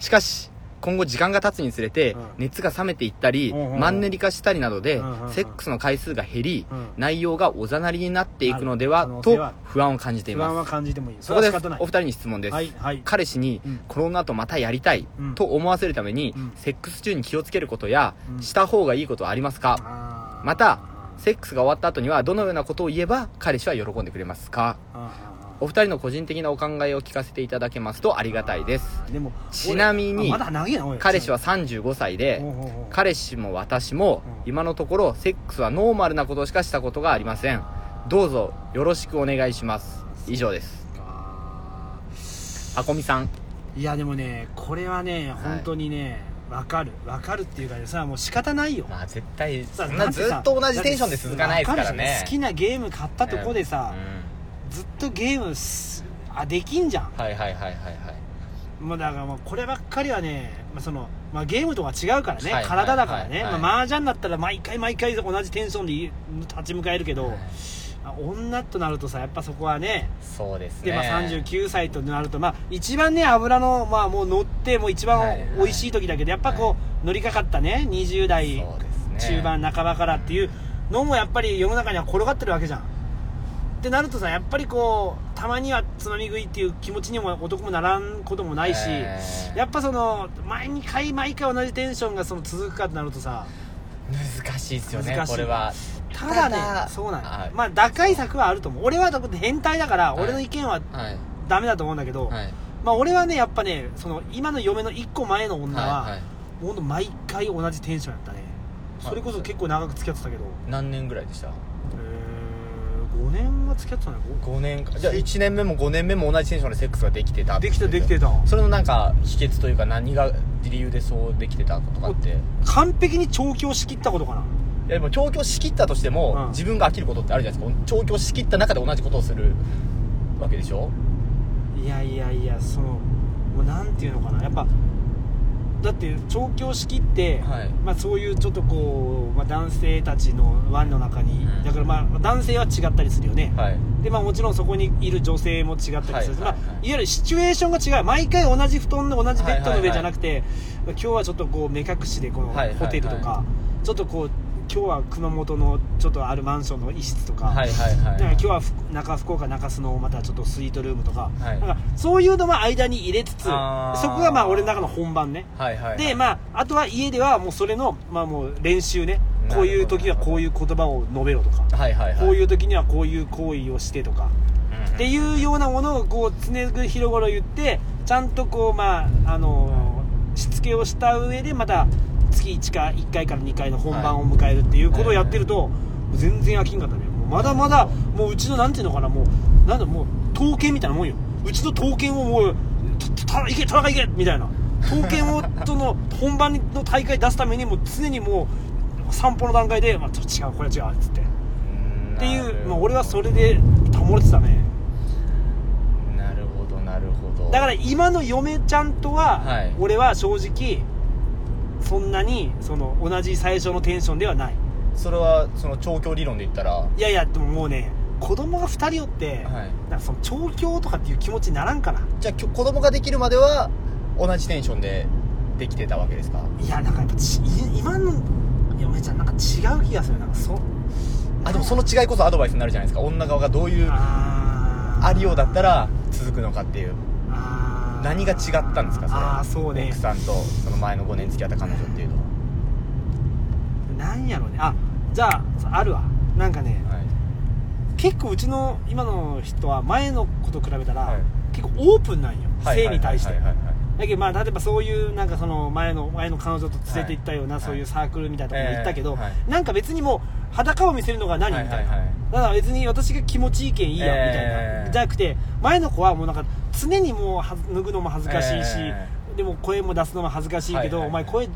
Speaker 2: すしかし今後時間が経つにつれて、
Speaker 1: うん
Speaker 2: 熱が冷めていったり、
Speaker 1: うんうんうん
Speaker 2: マンネリ化したりなどで、
Speaker 1: うんうんうん
Speaker 2: セックスの回数が減り、
Speaker 1: うん
Speaker 2: 内容がおざなりになっていくのでは
Speaker 1: ある可能性
Speaker 2: と
Speaker 1: は
Speaker 2: 不安を感じてい
Speaker 1: 不安は
Speaker 2: ます
Speaker 1: 感じてもいいそ
Speaker 2: そ
Speaker 1: れ
Speaker 2: こ
Speaker 1: は
Speaker 2: で
Speaker 1: 仕方
Speaker 2: お
Speaker 1: ない
Speaker 2: 二人に質問です、
Speaker 1: はいはい
Speaker 2: 彼氏に、
Speaker 1: うん
Speaker 2: この後またやりたい、
Speaker 1: うん
Speaker 2: と思わせるために、
Speaker 1: うん
Speaker 2: セックス中に気をつけることや、
Speaker 1: うん
Speaker 2: した方がいいことはありますか、
Speaker 1: あー
Speaker 2: またセックスが終わった後にはどのようなことを言えば彼氏は喜んでくれますか
Speaker 1: あ
Speaker 2: お二人の個人的なお考えを聞かせていただけますとあり
Speaker 1: り
Speaker 2: がたいです
Speaker 1: でも
Speaker 2: ちなみに
Speaker 1: あまだ長いなおい
Speaker 2: 彼氏は35歳で
Speaker 1: おうおうおう
Speaker 2: 彼氏も私も
Speaker 1: うん
Speaker 2: 今のところセックスはノーマルなことしかしたことがありませんどうぞよろしくお願いします以上です
Speaker 1: あ
Speaker 2: あこみさん
Speaker 1: ーいやでもねこれはね
Speaker 2: い
Speaker 1: 本当にねわ、かるわかるっていうかねそれはもう仕方ないよ
Speaker 2: まあ絶対
Speaker 1: さ
Speaker 2: そんな
Speaker 1: だて
Speaker 2: ず
Speaker 1: さ
Speaker 2: っと同じテンションで続かないですから
Speaker 1: わるじゃ
Speaker 2: ね
Speaker 1: ん好きなゲーム買ったとこでさ、
Speaker 2: う
Speaker 1: ずっとゲームすあできんじゃん
Speaker 2: んはいはいはいはいはい
Speaker 1: もうだからもうこればっかりはね、まあそのまあ、ゲームとは違うからね、
Speaker 2: はいはい
Speaker 1: 体だからね、
Speaker 2: はいはい
Speaker 1: まあ、麻雀だったら毎回毎回同じテンションで立ち向かえるけど、まあ女となるとさやっぱそこはね
Speaker 2: そうですね
Speaker 1: で、まあ、39歳となると、まあ、一番ね油の、まあ、もう乗ってもう一
Speaker 2: は
Speaker 1: 番
Speaker 2: いはい
Speaker 1: 美味しい時だけどやっぱこう、乗りかかったね20代
Speaker 2: そうですね
Speaker 1: 中盤半ばからっていう脳もやっぱり世の中には転がってるわけじゃんってなるとさやっぱりこうたまにはつまみ食いっていう気持ちにも男もならんこともないし、
Speaker 2: えー
Speaker 1: やっぱその毎回毎回同じテンションがその続くかってなるとさ
Speaker 2: 難しいですよね
Speaker 1: 難しい
Speaker 2: これは
Speaker 1: ただね
Speaker 2: ただ
Speaker 1: そうなんよ
Speaker 2: はい
Speaker 1: まあ打開策はあると思う俺はだって変態だから
Speaker 2: はい
Speaker 1: 俺の意見は
Speaker 2: はい
Speaker 1: ダメだと思うんだけど、
Speaker 2: はい
Speaker 1: まあ俺はねやっぱねその今の嫁の1個前の女は、
Speaker 2: はい
Speaker 1: ほんと毎回同じテンションやったね
Speaker 2: はい
Speaker 1: それこそ結構長く付き合ってたけど、
Speaker 2: 何年ぐらいでした
Speaker 1: えー、5年は付き合ってたねご
Speaker 2: 5年かじゃあ1年目も5年目も同じテンションでセックスができてたって
Speaker 1: できて
Speaker 2: こと
Speaker 1: でき
Speaker 2: すよ
Speaker 1: てた
Speaker 2: それのなんか秘訣というか何が理由でそうできてたとかってい
Speaker 1: 完璧に調教しきったことかな
Speaker 2: やでも調教しきったとしても、
Speaker 1: うん
Speaker 2: 自分が飽きることってあるじゃないですか調教しきった中で同じことをするわけでしょ
Speaker 1: いやいやいやそのもうなんていうのかなやっぱだって調教式って、
Speaker 2: はい
Speaker 1: まあ、そういうちょっとこう、まあ、男性たちの輪の中に、
Speaker 2: うん
Speaker 1: だからまあ男性は違ったりするよね、
Speaker 2: はい
Speaker 1: でまあ、もちろんそこにいる女性も違ったりする、
Speaker 2: はいはいはい
Speaker 1: まあ、いわゆるシチュエーションが違う毎回同じ布団の同じベッドの上じゃなくて、まあ今日はちょっとこう目隠しでこの
Speaker 2: はいはいはい
Speaker 1: ホテルとか、ちょっとこう今日は熊本のちょっとあるマンションの一室とか、
Speaker 2: はいはい
Speaker 1: だから
Speaker 2: は
Speaker 1: 今
Speaker 2: い
Speaker 1: 日はふ中福岡中洲のまたちょっとスイートルームとか,、
Speaker 2: はい
Speaker 1: なんかそういうのも間に入れつつそこ
Speaker 2: あー
Speaker 1: がまあ俺の中の本番ね、
Speaker 2: はいはい
Speaker 1: でまああとは家ではもうそれの,、まあ、もう練習ね
Speaker 2: なるほど
Speaker 1: こういう時はこういう言葉を述べろとか、
Speaker 2: あはいはいはい
Speaker 1: こういうう時にはこういう行為をしてとか、
Speaker 2: ん
Speaker 1: っていうようなものをこう常ぐ広頃言ってちゃんとこうまああのーしつけをした上でまた月1か1回から2回の本番を迎えるっていうことをやってると、全然飽きんかったねもうまだまだもううちのなんていうのかなもうなんだもう刀剣みたいなもんようちの刀剣をもう「たたいけ田中いけ!」みたいな刀剣をとの本番の大会出すためにもう常にもう散歩の段階で「まあ、ちょっと違うこれは違う」っつって
Speaker 2: うん
Speaker 1: ってい
Speaker 2: なるほ
Speaker 1: う、
Speaker 2: ど
Speaker 1: まあ、俺はそれで保れてたね
Speaker 2: なるほどなるほど
Speaker 1: だから今の嫁ちゃんとは、
Speaker 2: はい
Speaker 1: 俺は正直そんなにその同じ最初のテンションではない
Speaker 2: それはその調教理論で言ったらはい
Speaker 1: やいやでももうね子供が2人おって、
Speaker 2: い
Speaker 1: なんかその調教とかっていう気持ちにならんから
Speaker 2: じゃあきょ子供ができるまでは同じテンションでできてたわけですか
Speaker 1: いやなんかやっぱちい今の嫁ちゃんなんか違う気がするなんかそ
Speaker 2: あでもその違いこそアドバイスになるじゃないですか女側がどういう
Speaker 1: あー
Speaker 2: ありようだったら続くのかっていう
Speaker 1: あー
Speaker 2: 何が違ったんですかそれ
Speaker 1: ああそうね
Speaker 2: 奥さんとその前の5年付き合った彼女っていうのは
Speaker 1: なんやろねあじゃああるわなんかね
Speaker 2: はい
Speaker 1: 結構うちの今の人は前の子と比べたら、
Speaker 2: はい
Speaker 1: 結構オープンなんよ
Speaker 2: はい
Speaker 1: 性に対して
Speaker 2: はいはいはいはい
Speaker 1: だけどまあ例えばそういうなんかその前の前の彼女と連れて行ったような、
Speaker 2: はい
Speaker 1: そういうサークルみたいなところ
Speaker 2: え
Speaker 1: に
Speaker 2: え
Speaker 1: 行ったけど、
Speaker 2: はい
Speaker 1: なんか別にもう裸を見せるのが何み
Speaker 2: は
Speaker 1: た
Speaker 2: い
Speaker 1: いな、
Speaker 2: はいはい
Speaker 1: だから別に私が気持ちいいけんいいや、みたい
Speaker 2: ええ
Speaker 1: なじゃなくて前の子はもうなんか常にもうは脱ぐのも恥ずかしいし、
Speaker 2: え
Speaker 1: でも声も出すのも恥ずかしいけど、
Speaker 2: はいはい
Speaker 1: お前声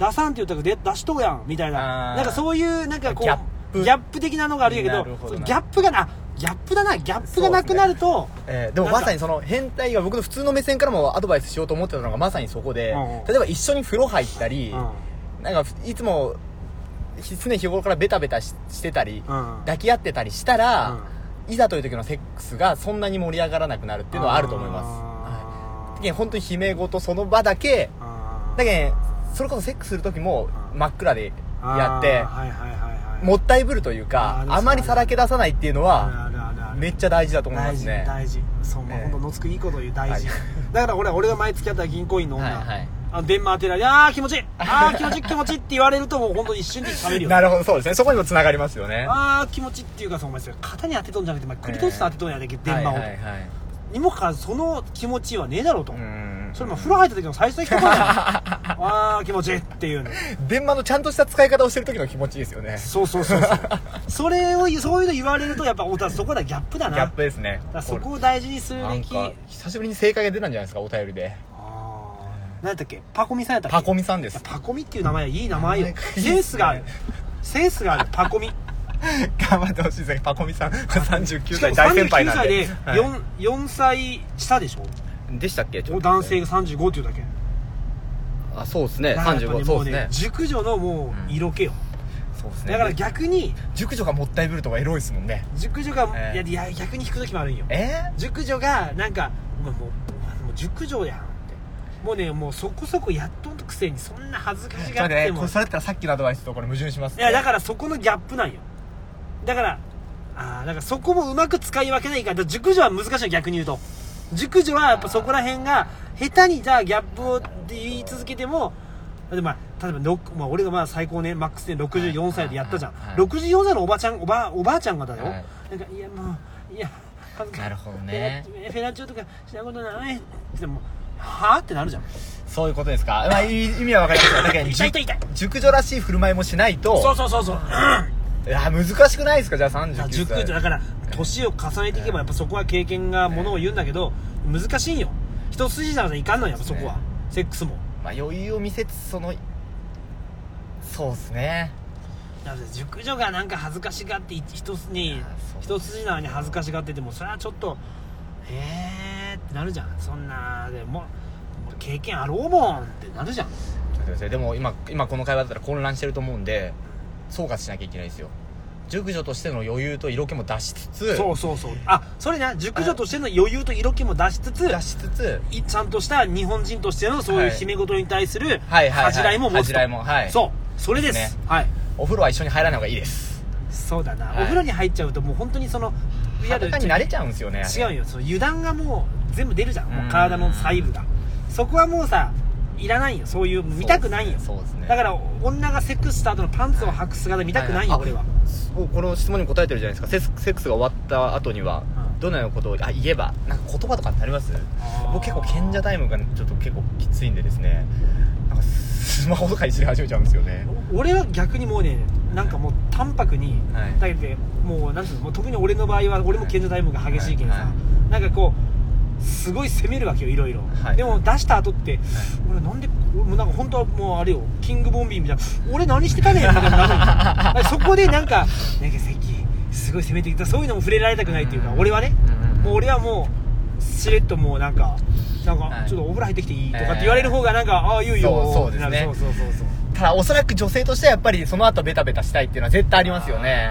Speaker 1: 出さんって言ったらで出しとうやんみたい
Speaker 2: あ
Speaker 1: な
Speaker 2: ー
Speaker 1: なんかそういうなんかこう
Speaker 2: ギャッ
Speaker 1: ギ
Speaker 2: プ
Speaker 1: ャップ的なのがあるんやけど
Speaker 2: なるほど
Speaker 1: そう
Speaker 2: な
Speaker 1: ギャップがなギャップだなギャップがなくなると、
Speaker 2: えーでも
Speaker 1: なんか
Speaker 2: まさにその変態が僕の普通の目線からもアドバイスしようと思ってたのがまさにそこで、
Speaker 1: うんうん
Speaker 2: 例えば一緒に風呂入ったり、
Speaker 1: うん
Speaker 2: なんかいつもひ常日頃からベタベタししてたり、
Speaker 1: うん
Speaker 2: 抱き合ってたりしたら、いざという時のセックスがそんなに盛り上がらなくなるっていうのはあると思います
Speaker 1: あー
Speaker 2: だけど本当に悲鳴ごとその場だけ
Speaker 1: あー
Speaker 2: だけどそれこそセックスする時も
Speaker 1: うん
Speaker 2: 真っ暗で
Speaker 1: あー
Speaker 2: やって
Speaker 1: はいはいはいはい
Speaker 2: もったいぶるという
Speaker 1: あ
Speaker 2: か
Speaker 1: ー
Speaker 2: あまりさらけ出さないっていうの
Speaker 1: ある
Speaker 2: は
Speaker 1: あるあるある
Speaker 2: めっちゃ大事だと思いま
Speaker 1: 大
Speaker 2: す
Speaker 1: 事
Speaker 2: ね
Speaker 1: 大事そうまあ
Speaker 2: ええ
Speaker 1: ほんとのつくいいこと言う大事
Speaker 2: はい
Speaker 1: だから俺は俺が前付き合った銀行員の女
Speaker 2: はいはい
Speaker 1: あの電話当てられああー気持ちいいあ あ気持ちいい気持ちいいって言われるともう本当一瞬で冷めるよ
Speaker 2: なるほどそうですねそこにもつながりますよね
Speaker 1: ああ気持ちいいっていうかそうお前それ肩に当てとんじゃなくてお前首として当てとんやで電話を、
Speaker 2: はいはいはい
Speaker 1: にもかかわらずその気持ちはねえだろうと、
Speaker 2: うーん
Speaker 1: それも風呂入った時の最初の一言 だよああ気持ちいいっていうの
Speaker 2: 電話のちゃんとした使い方をしてる時の気持ちいいですよね
Speaker 1: そうそうそうそうそれをそういうの言われるとやっぱ太田そこだギャップだ
Speaker 2: ギ
Speaker 1: な
Speaker 2: ャップですね
Speaker 1: だからそこを大事にする
Speaker 2: な
Speaker 1: べ
Speaker 2: ん
Speaker 1: き
Speaker 2: か久しぶりに正解が出たんじゃないですかお便りで
Speaker 1: あー何やったっけパコミさんやったっけ
Speaker 2: パコミさんで
Speaker 1: いや
Speaker 2: す
Speaker 1: パコミっていう名前はいい名前よ
Speaker 2: 名前がいい
Speaker 1: セン
Speaker 2: っすね
Speaker 1: スがあるセンスがあるパコミ
Speaker 2: 頑張ってほしいですねパコミさん39
Speaker 1: しか
Speaker 2: 歳
Speaker 1: も
Speaker 2: 大先輩なん
Speaker 1: 39歳
Speaker 2: で
Speaker 1: で
Speaker 2: はい
Speaker 1: 4, 4歳下でしょ
Speaker 3: でしたっけちょっと
Speaker 1: 男性が35っていうだけ
Speaker 3: あそうですね
Speaker 1: だからやっぱ
Speaker 3: 35
Speaker 1: り
Speaker 3: そ
Speaker 1: も
Speaker 3: うですね
Speaker 1: 熟女のもう色気よ、
Speaker 2: そうですね
Speaker 1: だから逆に
Speaker 2: 熟女がもったいぶるとかエロいですもんね
Speaker 1: 熟女が、
Speaker 2: ええ
Speaker 1: いやいや逆に引く時もあるんよ
Speaker 2: え
Speaker 1: 熟女がなんか「お前もうお前もう熟女やん」ってもうねもうそこそこやっとんとくせにそんな恥ずかし
Speaker 2: ちょっ
Speaker 1: が
Speaker 2: と
Speaker 1: っ
Speaker 2: ね
Speaker 1: て
Speaker 2: こ
Speaker 1: も
Speaker 2: れそれだったらさっきのアドバイスとこれ矛盾します
Speaker 1: いやだからそこのギャップなんよだからあーだからそこもうまく使い分けないからだから熟女は難しいの逆に言うと熟女はやっぱそこら辺が下手にじゃあギャップを言い続けてもでまあ、例えばろく、まあ、俺がまあ最高ねマックスで64歳でやったじゃん、
Speaker 2: はいはい
Speaker 1: 64歳のおばちゃんおばおばあちゃんがだよ、
Speaker 2: はい
Speaker 1: なんかいやもういや恥ずか
Speaker 2: なるほどね
Speaker 1: フェラフェラチオとかしたことないでもはあってなるじゃん
Speaker 2: そういうことですか、まあ、い意味は分かりますよだけど
Speaker 1: 痛い痛い痛い
Speaker 2: 熟女らしい振る舞いもしないと
Speaker 1: そうそう そうそう
Speaker 2: いや難しくないですかじゃあ39歳
Speaker 1: 熟女だから年を重ねていけばやっぱそこは経験がものを言うんだけど難しいんよ一筋縄じゃいかんのよやっぱそこは
Speaker 2: そうで
Speaker 1: セックスも
Speaker 2: まあ、余裕を見せつつそのそうですね
Speaker 1: だから熟女がなんか恥ずかしがって一一つに
Speaker 2: あそう
Speaker 1: 一筋縄に恥ずかしがっててもそれはちょっとえーってなるじゃんそんなでも俺経験あろうもんってなるじゃん
Speaker 2: ちょっと待ってくださいでも今今この会話だったら混乱してると思うんで総括しなきゃいけないですよ熟女としての余裕と色気も出しつつ
Speaker 1: そうそうそうあそれな熟女としての余裕と色気も出しつつ
Speaker 2: 出しつつ
Speaker 1: いちゃんとした日本人としてのそういう
Speaker 2: はい
Speaker 1: 姫事に対する
Speaker 2: はいはいはい
Speaker 1: 恥じらいも持つと
Speaker 2: 恥じらいもはい
Speaker 1: そうそれです
Speaker 2: ですね
Speaker 1: はい
Speaker 2: お風呂は一緒に入らない方がいいです
Speaker 1: そうだな、
Speaker 2: はい
Speaker 1: お風呂に入っちゃうともう本当にそのいわゆる
Speaker 2: 裸に慣れちゃうんですよね
Speaker 1: 違うよその油断がもう全部出るじゃんもううん体の細部がそこはもうさいらないよそういう見たくないよ
Speaker 2: そうですね
Speaker 1: だから女がセックスした後のパンツを履く姿見たくないよ、
Speaker 2: はい
Speaker 1: 俺は
Speaker 2: おこの質問に答えてるじゃないですかセックセックスが終わった後には
Speaker 1: うん
Speaker 2: どのようなことをあ言えばなんか言葉とかってあります僕結構賢者タイムがちょっと結構きついんでですねなんかスマホとかにすり始めちゃうんですよね
Speaker 1: 俺は逆にもうねなんかもう淡白に、
Speaker 2: はい
Speaker 1: だけどもうなんていうのもう特に俺の場合は俺も賢者タイムが激しいけどさ、
Speaker 2: はいは
Speaker 1: なんかこうすごい攻めるわけよいろいろ、
Speaker 2: はい
Speaker 1: でも出した後って、俺なんで俺もうなんか本当はもうあれよキングボンビーみたいな俺何してたねんみたいになるのだか らそこでなんか「なんか最近すごい攻めてきた」そういうのも触れられたくないっていうか、
Speaker 2: うん
Speaker 1: 俺はね、
Speaker 2: うん
Speaker 1: もう俺はもうしれっともうなんか「なん
Speaker 2: は
Speaker 1: か
Speaker 2: い
Speaker 1: ちょっとお風呂入ってきていい?」とかって言われる方がなんか「ああいいよいいよ」
Speaker 2: そうそうですね
Speaker 1: ってなるそうそうそうそう
Speaker 2: ただおそらく女性としてはやっぱりその後ベタベタしたいっていうのは絶対ありますよね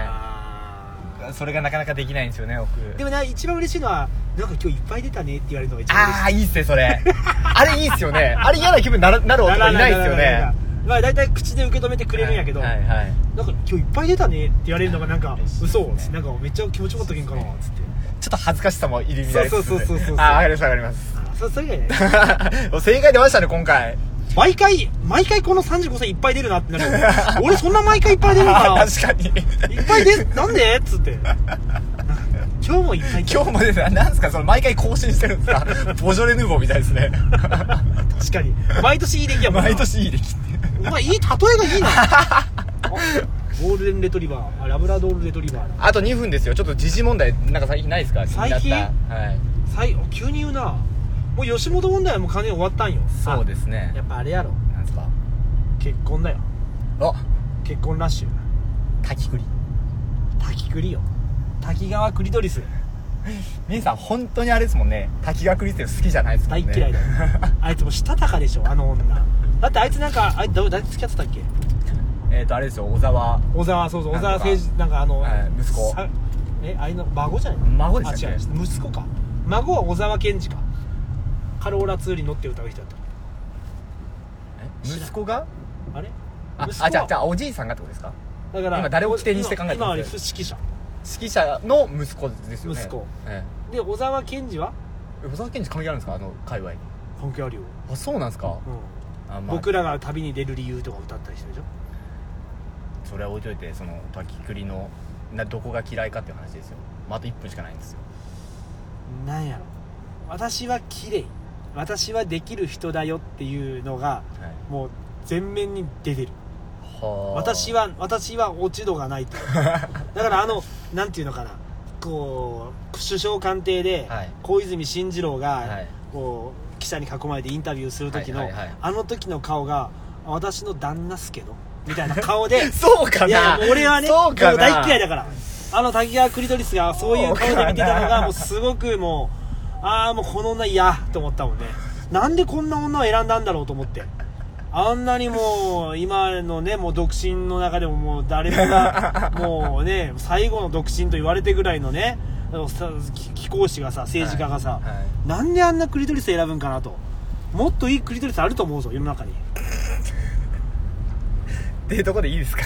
Speaker 1: あ
Speaker 2: それがなかなかできないんですよね
Speaker 1: ー
Speaker 2: 僕
Speaker 1: でもな一番嬉しいのはなんか今日いっぱい出たねって言われるのが一番嬉し
Speaker 2: ああいいっすね それあれいいっすよねあれ嫌な気分になるなる
Speaker 1: い
Speaker 2: 男いないっすよ
Speaker 1: ならならならなら
Speaker 2: ね
Speaker 1: まあ大体口で受け止めてくれるんやけど、
Speaker 2: はいはいはい
Speaker 1: なんか今日いっぱい出たねって言われるのがなんか
Speaker 2: 嬉しいです
Speaker 1: 嘘
Speaker 2: ね
Speaker 1: なんかめっちゃ気持ちよかったけんかなっつって
Speaker 2: ちょっと恥ずかしさも入り乱れつつ
Speaker 1: そうそうそうそうそう
Speaker 2: ああわかりますわかります
Speaker 1: あーそそれ以外ね
Speaker 2: もう正解出ましたね今回
Speaker 1: 毎回毎回この35歳いっぱい出るなってなる よ俺そんな毎回いっぱい出るのか
Speaker 2: あ
Speaker 1: な
Speaker 2: ー 確かに
Speaker 1: いっぱい出なんでっつってなんか今日もいっぱい来た
Speaker 2: 今日もですねなんですかその毎回更新してるんですか ボジョレ・ヌーボーみたいですね
Speaker 1: 確かに毎年いい出来やもんな
Speaker 2: 毎年いいできて
Speaker 1: お前いい例えがいいなあ ゴールデンレトリバーあラブラドールレトリバーだ
Speaker 2: あと2分ですよちょっと時事問題なんか最近ないですか
Speaker 1: 最近
Speaker 2: 気になったはい
Speaker 1: 最後急に言うなもう吉本問題はもう完全に終わったんよ
Speaker 2: そうですね
Speaker 1: あやっぱあれやろ
Speaker 2: なんですか
Speaker 1: 結婚だよ
Speaker 2: あ
Speaker 1: 結婚ラッシュ
Speaker 2: 滝栗
Speaker 1: 滝栗よ滝川栗トリス
Speaker 2: 皆さん本当にあれですもんね滝川栗って好きじゃないですもん
Speaker 1: 大
Speaker 2: ね
Speaker 1: 嫌いだよあいつもしたたかでしょあの女だってあいつなんかあいつどう誰と付き合ってたっけ
Speaker 2: えっとあれですよ小沢
Speaker 1: 小沢そうそう小沢
Speaker 2: なんとか
Speaker 1: 誠二なんかあの、
Speaker 2: はい息子
Speaker 1: さえあれの孫じゃないの
Speaker 2: 孫でしたっ
Speaker 1: あ違
Speaker 2: け
Speaker 1: う息子か孫は小沢健二かカローラ2に乗って歌う人だった
Speaker 2: え息子が
Speaker 1: あれ
Speaker 2: あ
Speaker 1: 息子は
Speaker 2: あじゃあじゃあおじいさんがってことですか
Speaker 1: だから
Speaker 2: 今誰を起点にして考えてます
Speaker 1: 今今は指揮者
Speaker 2: 指揮者の息子ですよね
Speaker 1: 息子
Speaker 2: え
Speaker 1: で小沢健二は
Speaker 2: え小沢健二関係あるんですかあの界隈に
Speaker 1: 関係あるよ、
Speaker 2: あそうなんですか
Speaker 1: うん
Speaker 2: あ、まあ、
Speaker 1: 僕らが旅に出る理由とか歌ったりしてるでしょ
Speaker 2: それは置いといてその滝栗のなどこが嫌いかっていう話ですよ、まあ、あと1分しかないんですよ
Speaker 1: なんやろ私は綺麗私はできる人だよっていうのが
Speaker 2: はい
Speaker 1: もう全面に出てる
Speaker 2: はあ
Speaker 1: 私 は私は落ち度がないとだからあのなんていうのかなこう首相官邸で
Speaker 2: はい
Speaker 1: 小泉進次郎
Speaker 2: は
Speaker 1: が
Speaker 2: い
Speaker 1: こう記者に囲まれてインタビューする時
Speaker 2: は
Speaker 1: の
Speaker 2: いはいはい
Speaker 1: あの時の顔が私の旦那っすけ どみたいな顔で
Speaker 2: そうかない
Speaker 1: やもう俺はね
Speaker 2: そうか
Speaker 1: も
Speaker 2: な
Speaker 1: う大嫌いだからあの滝川クリトリスがそういう顔で見てたのがもうすごくもうああもうこの女嫌と思ったもんねなんでこんな女を選んだんだろうと思ってあんなにもう今のねもう独身の中でももう誰も がもうね最後の独身と言われてぐらいのねあのさき貴公子がさ政治家がさ、
Speaker 2: はいはい
Speaker 1: なんであんなクリトリス選ぶんかなともっといいクリトリスあると思うぞ世の中に
Speaker 2: っていうところでいいですか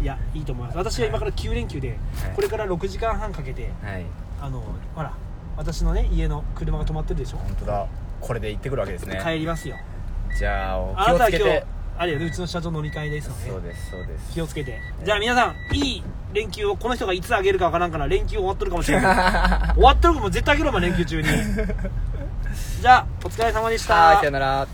Speaker 1: いやいいと思います私は今から9連休で、
Speaker 2: はい
Speaker 1: これから6時間半かけて
Speaker 2: はい
Speaker 1: あのほら私のね家の車が止まってるでしょ、
Speaker 2: 本当だこれで行ってくるわけですね
Speaker 1: 帰りますよ
Speaker 2: じゃあお
Speaker 1: あ
Speaker 2: 気
Speaker 1: な
Speaker 2: を
Speaker 1: たは
Speaker 2: つ
Speaker 1: 今
Speaker 2: け
Speaker 1: 日
Speaker 2: て
Speaker 1: あれよねうちの社長飲み会です
Speaker 2: そ
Speaker 1: の
Speaker 2: う
Speaker 1: で
Speaker 2: ですそうです
Speaker 1: 気をつけてじゃあ皆さんいい連休をこの人がいつあげるかわからんから連休終わっとるかもしれ ない終わっとるかも絶対あげろお前連休中にじゃあお疲れ様でした
Speaker 2: はいさよなら